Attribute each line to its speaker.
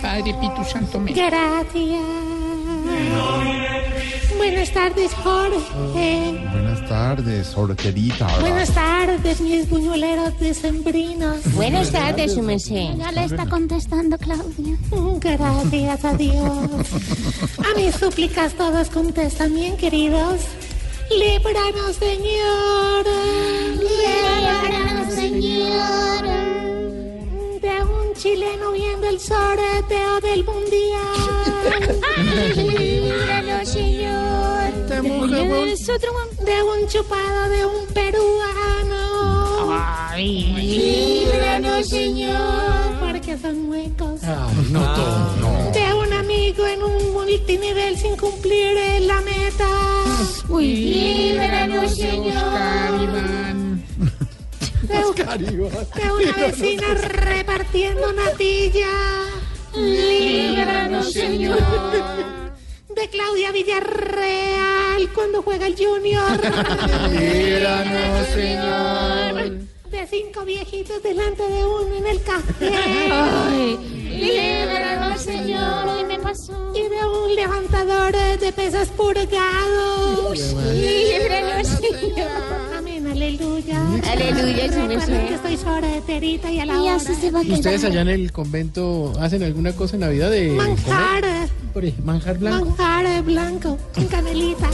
Speaker 1: Padre Pitu Santomé.
Speaker 2: Gracias. Buenas tardes, Jorge.
Speaker 3: Buenas tardes, horterita.
Speaker 2: Buenas tardes, mis buñueleros decembrinos.
Speaker 4: Buenas tardes, su merced.
Speaker 5: Ya le está contestando Claudia.
Speaker 2: Gracias a Dios. A mis súplicas todos contestan bien, queridos. Líbranos, Señor.
Speaker 5: Líbranos, Señor.
Speaker 2: De un chileno viendo el sorteo del mundial.
Speaker 5: Líbranos, Señor.
Speaker 2: Es otro mon- De un chupado de un peruano.
Speaker 5: Líbranos, Señor.
Speaker 2: Porque son huecos.
Speaker 6: No, todo, no.
Speaker 2: De un amigo en un multinivel sin cumplir la meta.
Speaker 5: Pues Líbranos,
Speaker 1: Oscar
Speaker 5: Señor.
Speaker 1: Iván.
Speaker 2: De, un- de una vecina repartiendo natilla.
Speaker 5: Líbranos, Señor.
Speaker 2: De Claudia Villarreal cuando juega el Junior.
Speaker 3: Líbranos,
Speaker 5: Señor.
Speaker 2: De cinco viejitos delante de uno en el café.
Speaker 5: Líbranos, Señor. ¿Qué me pasó?
Speaker 2: Y de un levantador de pesas purgados.
Speaker 5: Líbranos, Señor.
Speaker 2: Amén, aleluya.
Speaker 4: Aleluya, su
Speaker 2: Recuerden que
Speaker 4: merced.
Speaker 2: estoy soreterita y a la
Speaker 5: Y
Speaker 2: hora.
Speaker 5: así se va a quedar.
Speaker 6: ¿Ustedes allá en el convento hacen alguna cosa en Navidad de comer?
Speaker 2: Manjar,
Speaker 6: Por ejemplo, manjar blanco?
Speaker 2: manjar blanco, con canelita.